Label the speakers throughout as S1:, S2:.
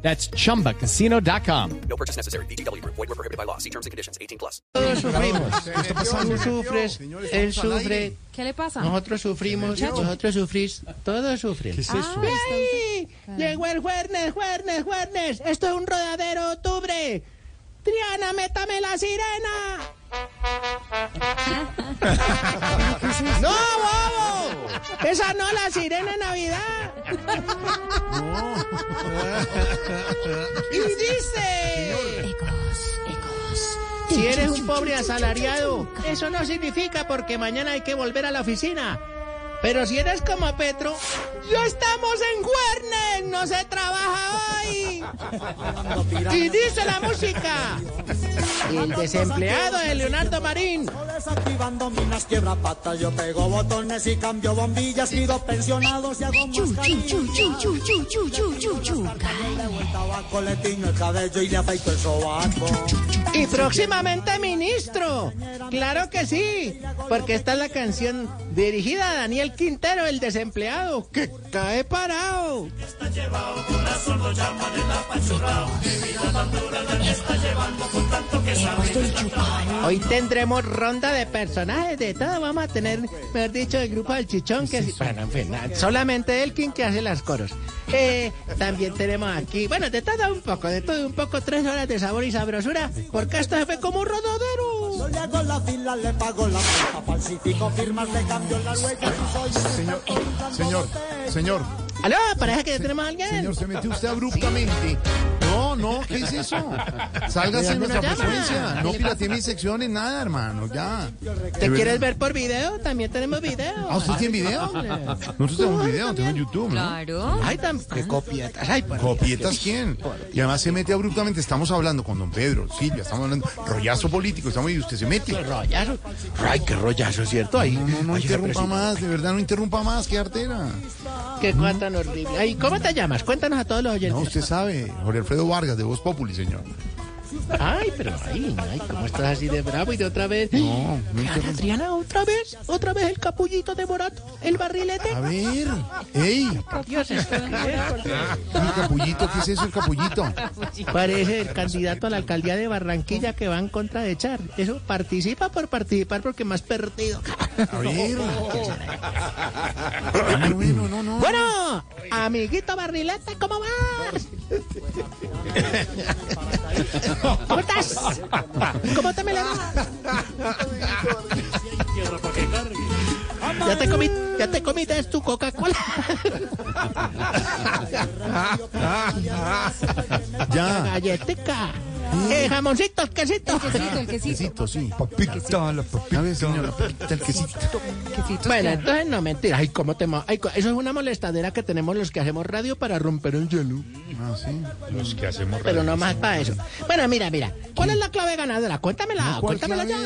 S1: That's chumbacasino.com.
S2: No purchase necessary. BGW. Void were prohibited by law. See terms and conditions. 18 plus.
S3: Todos sufrimos. Está pasando,
S4: se
S3: tú
S4: metió.
S3: sufres,
S4: Señores,
S3: él
S4: estamos al
S3: sufre,
S4: aire. Ah.
S5: ¿Qué le pasa?
S3: nosotros sufrimos, vosotros sufrís, todos sufren. ¡Ay! Llegó el jueves, jueves, jueves. Esto es un rodadero octubre. Triana, métame la sirena. ¡No, bobo! Esa no, la sirena de Navidad. Y dice... Si eres un pobre asalariado, eso no significa porque mañana hay que volver a la oficina. Pero si eres como Petro, ya estamos en Juernes, no se trabaja hoy. Y dice la música. Y el desempleado de Leonardo Marín.
S4: Desactivando minas, quiebra pata, yo pego botones y cambio bombillas, pido pensionados y hago el tabaco, le tiño el cabello y le afeito el sobaco.
S3: Y próximamente ministro. Claro que sí, porque esta es la canción dirigida a Daniel Quintero, el desempleado, que cae parado. Hoy tendremos ronda de personajes de todo. Vamos a tener, mejor dicho, el grupo del chichón, que es- bueno, en fin, na- solamente él quien que hace las coros. Eh, también tenemos aquí, bueno, de todo un poco, de todo un poco, tres horas de sabor y sabrosura, porque esto se ve como un rodadero.
S4: Yo le hago la fila, le pago la multa, falsifico firmas, le cambio la huella y soy...
S6: Señor, señor, señor,
S3: Aló, parece que ya tenemos a alguien.
S6: señor, se metió usted abruptamente. No, no, ¿qué es eso? Sálgase de nuestra
S3: llama.
S6: frecuencia. No piratee mis secciones, nada, hermano, ya.
S3: ¿Te quieres ver por video? También tenemos video.
S6: Ah, ¿usted tiene video? Nosotros tenemos video, tenemos YouTube, Ah. ¿no?
S5: Claro.
S3: Ay, tam- qué copietas. Ay, por
S6: ¿Copietas quién? Y además se mete abruptamente. Estamos hablando con don Pedro, Silvia, estamos hablando. Rollazo político, estamos y usted se mete.
S3: rollazo. Ay, qué rollazo, ¿cierto? Ahí.
S6: No, no, no
S3: Ay,
S6: interrumpa más, de verdad, no interrumpa más, qué artera.
S3: Qué cosa tan horrible. Ay, ¿cómo te llamas? Cuéntanos a todos los
S6: No,
S3: oyentes.
S6: usted sabe, Jorge Alfredo Vargas, de Voz Populi, señor.
S3: Ay, pero ay, ay, ¿cómo estás así de bravo y de otra vez?
S6: No, no
S3: Triana,
S6: interrumpa.
S3: Triana, otra vez, otra vez el capullito de Morato, el barrilete.
S6: A ver, ey.
S3: Dios, esto es-
S6: El capullito, ¿qué es eso, el capullito?
S3: parece el candidato a la alcaldía de Barranquilla que va en contra de Char. Eso participa por participar porque más perdido.
S6: A ver. Ah, bueno, no, no.
S3: Bueno, amiguito barrilete, ¿cómo vas? ¿Cómo estás? ¿Cómo te me la das? Ya te comí, ya te comiste tu Coca-Cola.
S6: Ya.
S3: Galletica. Eh, jamoncitos, quesitos.
S5: Quesito, el quesito.
S6: Quesito, sí. Papita, la papita. A ver, señora, papita, el quesito.
S5: Quesito.
S3: Bueno, entonces no mentiras. Ay, cómo te mo- ay, co- eso es una molestadera que tenemos los que hacemos radio para romper el hielo.
S6: Ah, sí. Los que hacemos
S3: Pero no más para eso. Bueno, mira, mira. ¿Cuál es la clave ganadora? Cuéntamela, cuéntamela ya.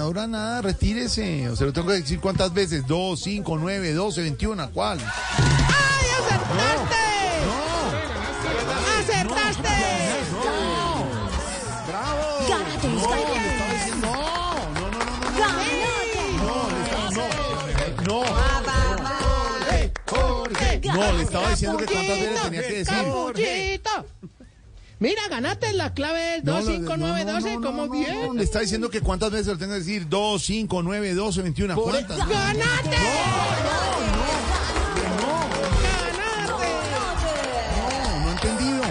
S6: Ahora nada, retírese. O sea, lo tengo que decir cuántas veces. Dos, cinco, nueve, doce, veintiuna. ¿Cuál?
S3: ¡Ay, acertaste! ¡Acertaste!
S6: ¡Bravo!
S5: Gánate,
S6: no,
S5: Skyler.
S6: le estaba diciendo, no, no, no, no, no, no. No, le estaba, no, no. No, le estaba diciendo que cuántas veces tenía que decir.
S3: ¡Capullito! Mira, ganaste la clave
S6: No, no,
S3: 25912,
S6: no, no,
S3: ¿cómo
S6: no,
S3: bien?
S6: no, le está diciendo que cuántas veces lo tengo que decir. 2, 5, 9, 12, 21. ¿Cuántas?
S3: ¡Ganaste! ¡Ganaste!
S6: No, no he entendido.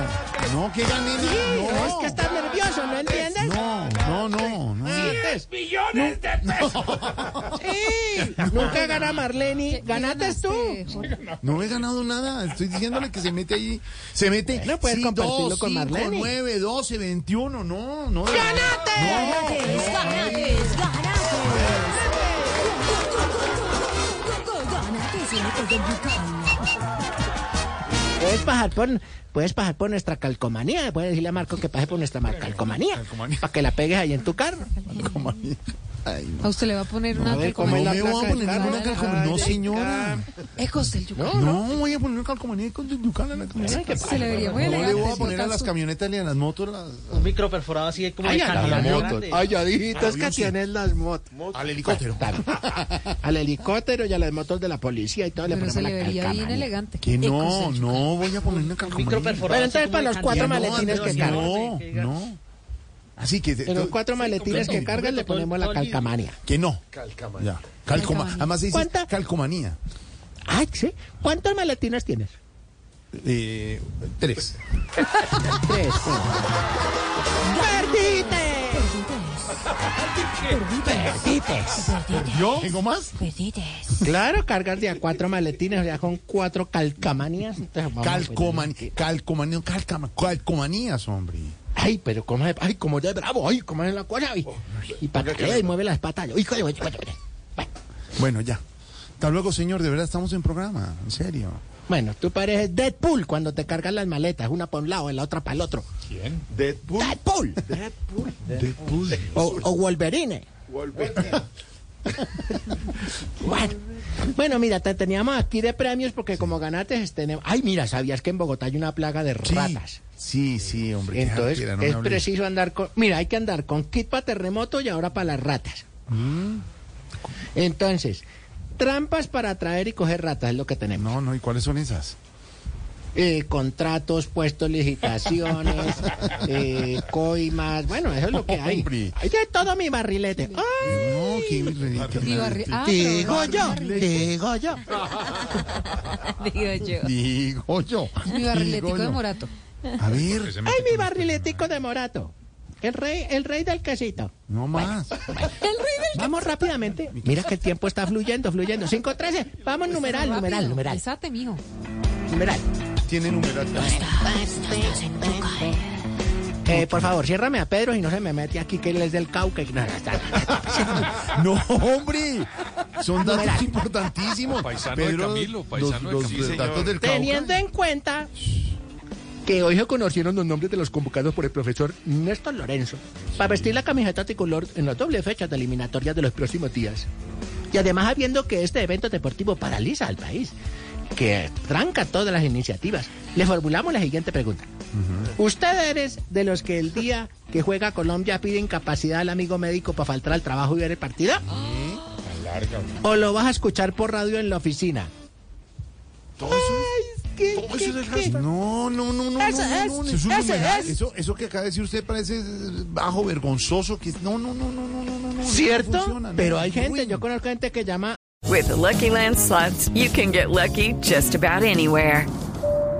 S6: No, que gané nada.
S3: No, es que estás nervioso, ¿no entiendes?
S6: No, no, no. no.
S3: ¡10 millones de pesos! ¡Sí! Nunca gana Marlene, ganaste tú.
S6: No he ganado nada. Estoy diciéndole que se mete ahí. Se mete.
S3: Bueno, puedes compartirlo con Marlene.
S6: 9, 12, 21. No, no.
S3: ¡Ganaste! Puedes bajar por, puedes pasar por nuestra calcomanía. Puedes decirle a Marco que pase por nuestra mar- calcomanía.
S6: Calcomanía.
S3: Para que la pegues ahí en tu carro.
S6: Calcomanía. Ay, no.
S5: A usted le va a poner una
S3: A ver,
S6: No
S3: ¿cómo es
S5: calcomanía.
S3: la
S6: me voy a
S3: placa del
S6: poner
S3: carro?
S6: una calcomanía. No, señora.
S5: Ecos del Yucatán.
S6: No, voy a poner una calcomanía con Ducal a la camioneta.
S5: Se le vería muy
S6: No
S5: elegante.
S6: le voy a
S3: este
S5: su
S6: poner a las
S5: caso.
S6: camionetas ni a las motos las,
S7: Un micro perforado así como
S3: Ay,
S7: de
S3: a
S7: caja,
S3: la
S7: grande.
S3: moto.
S8: Ay, ya dijiste
S6: Avión,
S8: que
S6: sí.
S8: tienes las motos.
S6: al helicóptero.
S3: Al helicóptero y a las motos de la policía y todo le
S5: Pero
S3: ponemos
S5: se
S3: la
S5: le vería bien
S3: calcomanía.
S5: elegante.
S6: Que
S5: Ecos
S6: no,
S5: del
S6: no voy a poner una
S7: Un micro
S6: calcomanía.
S3: Pero
S7: perforado. así
S3: entonces
S7: como
S3: para
S7: de
S3: los
S7: caja
S3: cuatro
S7: grande.
S3: maletines que
S7: Sí,
S3: cargan.
S6: No, no. Así que... eh,
S3: En los cuatro maletines que
S7: completo,
S3: cargas le
S7: completo,
S3: ponemos
S7: todo
S3: la
S7: el día.
S3: calcomanía.
S6: Que no. Calcomanía. Calcomanía.
S5: Calcomanía.
S6: Además se dice
S3: ¿Cuánta?
S6: calcomanía.
S3: Ay, ¿sí? ¿Cuántos maletines tienes?
S6: Eh, tres.
S3: Tres. ¡Perdites! ¡Perdites!
S6: ¿Yo? ¿Tengo más?
S3: Claro, cargas de a cuatro maletines, o sea, con cuatro calcamanías. Entonces, vamos a poner-
S6: Calcomanía. Calcomanía. calcama- Calcomanías, hombre.
S3: Ay, pero cómo es, ay, cómo ya es bravo, ay, cómo es la cosa, ay.
S6: Oh,
S3: Y patalea y mueve las patas. Ay, coño, coño, coño, coño. Bueno,
S6: Bueno, ya. Hasta luego, señor. De verdad, estamos en programa. En serio.
S3: Bueno, tú pareces Deadpool cuando te cargas las maletas, una para un lado y la otra para el otro.
S8: Deadpool.
S3: Deadpool.
S6: Deadpool.
S3: O, o Wolverine. Bueno, bueno, mira, te teníamos aquí de premios porque como ganaste, este, ay, mira, sabías que en Bogotá hay una plaga de
S6: Sí.
S3: ratas.
S6: Sí, sí, hombre. qué
S3: Entonces
S6: jartera, no me
S3: es
S6: hable.
S3: preciso andar con, mira, hay que andar con kit para terremoto y ahora para las ratas.
S6: Mm.
S3: Entonces, trampas para atraer y coger ratas es lo que tenemos.
S6: No, no. ¿Y cuáles son esas?
S3: Eh, contratos, puestos, licitaciones, eh, coimas, bueno, eso es lo que hay.
S6: Hombre.
S3: Hay de todo mi barrilete. ¡Ay!
S6: No, qué
S5: Y barri-
S6: ridículo.
S5: Ah, pero
S3: Digo yo, digo yo.
S5: Digo yo.
S6: Digo yo.
S5: Mi barriletico
S6: digo
S5: de
S6: yo.
S5: morato.
S6: A ver.
S3: Ay, mi barriletico de morato. El rey, el rey del quesito.
S6: No más.
S3: Vamos rápidamente. Mira que el tiempo está fluyendo, fluyendo. 5.13. Vamos, numeral, numeral,
S5: Rápido,
S3: numeral.
S5: Desate, mijo.
S3: Numeral.
S6: Tiene numeral.
S3: Eh, por favor, ciérrame a Pedro y no se me mete aquí que él es del Cauca. y nada, está-
S6: No, hombre. Son datos importantísimos.
S9: Paisano de Camilo, paisano de
S6: los, los
S9: Camilo. Sí,
S6: datos
S9: señor.
S6: del Cauca.
S3: Teniendo en cuenta
S8: Que hoy se conocieron los nombres de los convocados por el profesor.
S3: Néstor Lorenzo para vestir la camiseta tricolor en las doble fechas de eliminatorias de los próximos días. Y además sabiendo que este evento deportivo paraliza al país, que tranca todas las iniciativas, le formulamos la siguiente pregunta. ¿Usted eres de los que el día que juega Colombia pide incapacidad al amigo médico para faltar al trabajo y ver el partido? ¿O lo vas a escuchar por radio en la oficina?
S6: Todo eso es-
S3: ¿Qué,
S6: todo
S3: qué,
S6: eso es el
S3: qué?
S6: hashtag. No, no, no, no.
S3: Ese
S6: no, no, no,
S3: es,
S6: eso, un
S3: ese
S6: numeral.
S3: es.
S6: Eso, eso que acaba de decir usted parece eh, bajo, vergonzoso. Que... No, no, no, no, no, no, no, no.
S3: ¿Cierto?
S6: No funciona, no.
S3: Pero hay gente,
S6: Ruin.
S3: yo conozco gente que llama
S10: With the Lucky Land slots, you can get lucky just about anywhere.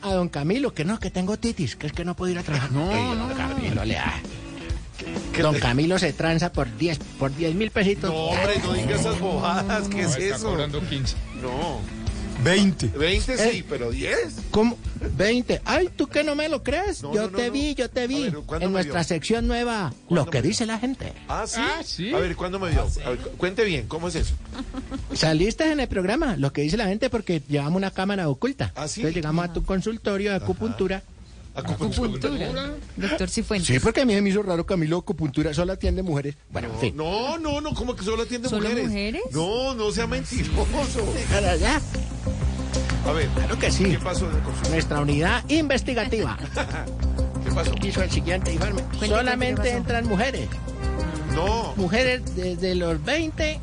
S3: a don Camilo que no, que tengo titis, que es que no puedo ir a trabajar. No, don Camilo, le da. Don Camilo se tranza por 10 por 10 mil pesitos.
S9: No, hombre, no digas esas bobadas, ¿qué es eso? cobrando 15. No,
S6: 20.
S9: 20 sí, pero 10.
S3: Eh, ¿Cómo? 20. Ay, ¿tú que no me lo crees?
S9: No,
S3: yo
S9: no, no,
S3: te
S9: no.
S3: vi, yo te vi.
S9: A ver, ¿cuándo
S3: en
S9: me
S3: nuestra
S9: vio?
S3: sección nueva, lo que dice la gente.
S9: Ah, ¿sí? A ver, ¿cuándo me vio? A ver, cu- cuente bien, ¿cómo es eso?
S3: Saliste en el programa, lo que dice la gente, porque llevamos una cámara oculta.
S9: ¿Ah, sí?
S3: Entonces llegamos a tu consultorio de acupuntura.
S5: Acupuntura. Doctor Cifuentes.
S8: Sí, porque a mí se me hizo raro Camilo acupuntura solo atiende mujeres.
S3: Bueno, en fin.
S9: No, no, no, ¿cómo que solo atiende
S5: ¿Solo
S9: mujeres?
S5: mujeres?
S9: No, no sea mentiroso.
S3: Déjala ya.
S9: A ver,
S3: Claro que sí.
S9: ¿qué pasó en el consultorio?
S3: Nuestra unidad investigativa
S9: ¿Qué pasó?
S3: hizo el siguiente informe.
S5: Cuente,
S3: Solamente
S5: cuente, ¿qué pasó?
S3: entran mujeres.
S9: No,
S3: mujeres desde los 20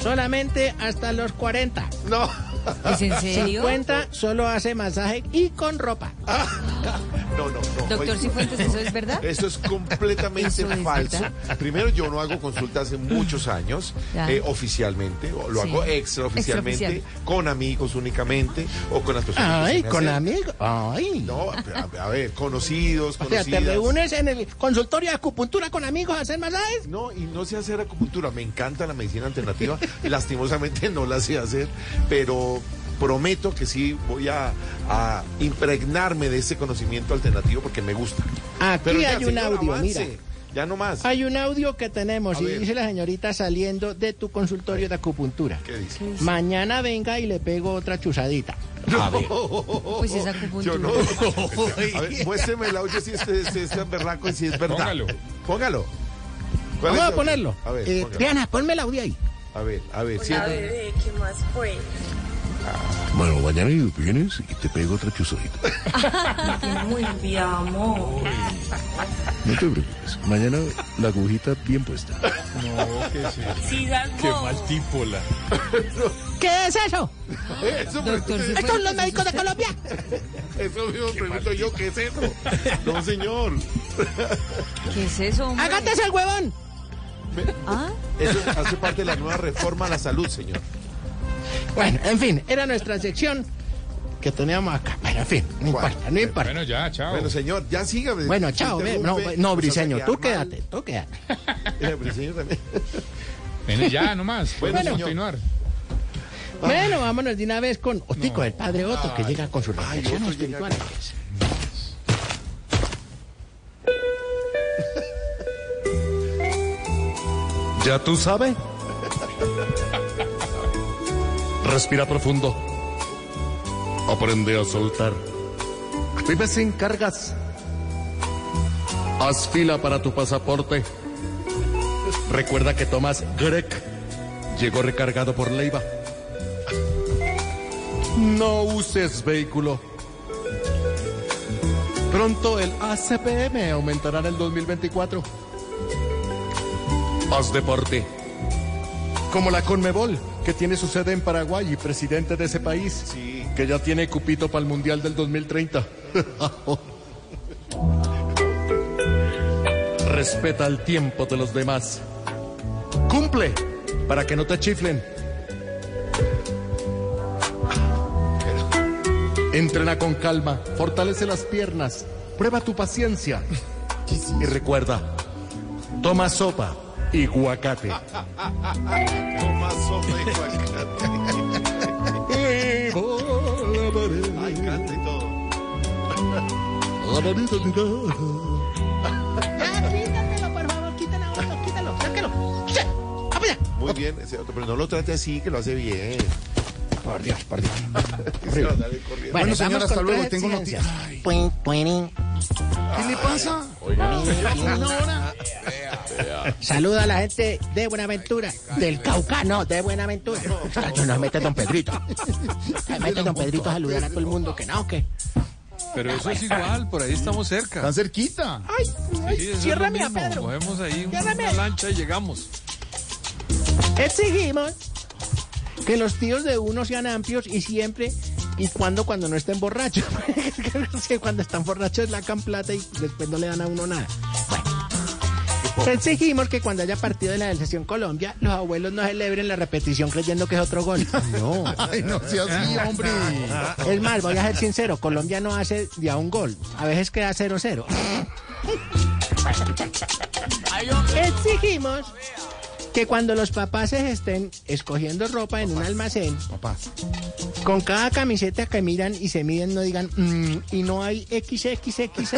S3: solamente hasta los 40.
S9: no.
S11: ¿Es en serio?
S3: 50 solo hace masaje y con ropa.
S6: Ah, No, no, no.
S11: Doctor
S6: Oye,
S11: Cifuentes, ¿eso es verdad?
S6: Eso es completamente
S11: ¿Eso es
S6: falso.
S11: verdad?
S6: Primero, yo no hago consultas hace muchos años,
S11: Ya.
S6: eh, oficialmente, o lo
S11: Sí.
S6: hago extraoficialmente,
S11: Extraoficial.
S6: con amigos únicamente, o con las personas que
S3: Ay,
S6: se me
S3: con
S6: acercan.
S3: amigos. Ay.
S6: No, a, a ver, conocidos,
S3: O sea,
S6: conocidas.
S3: te reúnes en el consultorio de acupuntura con amigos a hacer masajes.
S6: No, y no sé hacer acupuntura. Me encanta la medicina alternativa. Lastimosamente no la sé hacer, pero prometo que sí voy a, a impregnarme de ese conocimiento alternativo porque me gusta.
S3: Aquí
S6: Pero
S3: hay un
S6: señor,
S3: audio,
S6: avance.
S3: mira.
S6: Ya no más.
S3: Hay un audio que tenemos
S6: A
S3: y
S6: ver.
S3: dice la señorita saliendo de tu consultorio de acupuntura.
S6: ¿Qué dice?
S3: Mañana venga y le pego otra chuzadita.
S6: A ver.
S11: Pues es
S6: Yo
S11: acupuntura.
S6: no. A ver, muéstreme el audio si este, este, este es berraco y si es verdad.
S5: Póngalo.
S6: Póngalo.
S3: Vamos
S6: ¿Cuál es
S3: a
S6: el audio?
S3: ponerlo.
S6: A ver,
S3: Eh,
S6: póngalo.
S3: Diana, ponme el audio ahí.
S6: a ver, a ver. sí,
S7: bebé, ¿qué más fue?
S5: Bueno, mañana vienes y te pego otra chuzadita.
S7: Muy bien, amor.
S5: No te preocupes. Mañana la agujita bien puesta.
S7: Sí, Qué mal
S5: tipo la.
S3: ¿Qué es eso?
S6: Eso,
S11: Doctor
S6: pregunto-
S11: Cifuentes.
S3: ¿Estos son los médicos de Colombia?
S6: eso mismo pregunto yo, ¿qué es eso? No, señor.
S11: ¿Qué es eso, hombre?
S3: ¡Hágate ese huevón!
S11: ¿Ah?
S6: Eso hace parte de la nueva reforma a la salud, señor.
S3: Bueno, en fin, era nuestra sección que teníamos acá. Pero en fin, no
S6: Bueno,
S3: importa, no importa.
S5: Bueno, ya, chao.
S6: Bueno, señor, ya sígame.
S3: Bueno, chao. ve, No,
S6: Interrumpe, Pues,
S3: no,
S6: nos
S3: Briseño,
S6: hace
S3: tú
S6: quedar
S3: quédate, tú quédate.
S6: mal. Eh, Briseño también.
S5: Bueno, ya, nomás.
S6: Bueno,
S5: Puedes
S6: señor.
S5: continuar.
S3: Bueno, vámonos de una vez con Otico, el padre Otto, que llega con sus
S6: Ay,
S3: reflexiones
S6: Otto llega
S3: espirituales.
S12: Ya tú sabes. Respira profundo. Aprende a soltar. Vive sin cargas. Haz fila para tu pasaporte. Recuerda que Tomás Greg llegó recargado por Leiva. No uses vehículo. Pronto el ACPM aumentará en el 2024. Haz deporte. Como la Conmebol, que tiene su sede en Paraguay y presidente de ese país,
S6: Sí.
S12: que ya tiene cupito para el Mundial del 2030. Respeta el tiempo de los demás. Cumple, para que no te chiflen. Entrena con calma, fortalece las piernas, prueba tu paciencia. Y recuerda, toma sopa y guacate.
S6: Toma sopa y guacate. Ay, canta y todo. então.
S3: Ya, quítatelo, por favor, quítalo, Otto, quítalo, sáquelo. ¡Sí! ¡Ah, pues ya!
S6: Muy bien, ese otro, pero no lo trate así, que lo hace bien.
S3: Por Dios, por Dios.
S6: Se va a salir corriendo.
S1: Bueno, señor,
S3: vamos
S1: hasta
S3: con
S1: luego,
S3: tres
S1: tengo
S3: exigencias.
S1: noticias. Ay.
S3: Puin, puinin.
S1: ¿Qué le pasa?
S6: Ah,
S3: Saluda a la gente de Buenaventura, del Cauca, no, de Buenaventura. Muchachos, no se mete Don Pedrito. Se mete Don Pedrito a saludar a todo el mundo, que no, que.
S5: Pero eso es igual, por ahí estamos cerca.
S1: Tan cerquita.
S3: Ay, ay,
S5: Sí, eso es lo
S3: ciérrame a
S5: mismo,
S3: Pedro.
S5: Cogemos ahí una
S3: Ciérrame.
S5: lancha y llegamos.
S3: Eh, Exigimos que los tíos de uno sean amplios y siempre y cuando cuando no estén borrachos. Es que cuando están borrachos lacan plata y después no le dan a uno nada. Bueno. Exigimos que cuando haya partido de la Selección Colombia, los abuelos no celebren la repetición creyendo que es otro gol.
S1: No. Ay, no sea así, hombre.
S3: Es más, voy a ser sincero, Colombia no hace ya un gol, a veces queda 0-0. Exigimos que cuando los papás estén escogiendo ropa en un almacén,
S1: Papá.
S3: con cada camiseta que miran y se miden, no digan, "Mm, y no hay XXXL.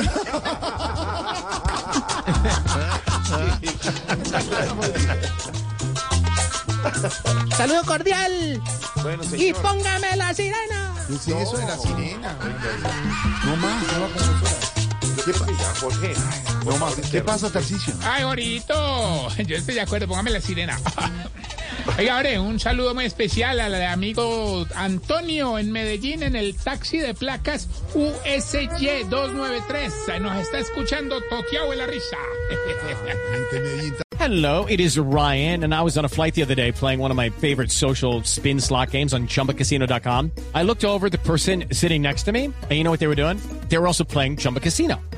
S3: Saludo cordial
S6: Bueno,
S3: y
S6: señor.
S3: póngame la sirena.
S1: ¿Qué es eso de la sirena? No más, no la profesora. ¿Qué pa-
S6: Ya, Jorge.
S1: No más. ¿Qué pasa, Tarcicio?
S5: ¡Ay, Jorito! Yo estoy de acuerdo, póngame la sirena. Oiga, abre, un saludo muy especial al amigo Antonio en Medellín en el taxi de placas USY293. Nos está escuchando toqueado en la risa.
S1: Gente, Medellín, Hello, it is Ryan, and I was on a flight the other day playing one of my favorite social spin slot games on chumbacasino.com. I looked over at the person sitting next to me, and you know what they were doing? They were also playing Chumba Casino.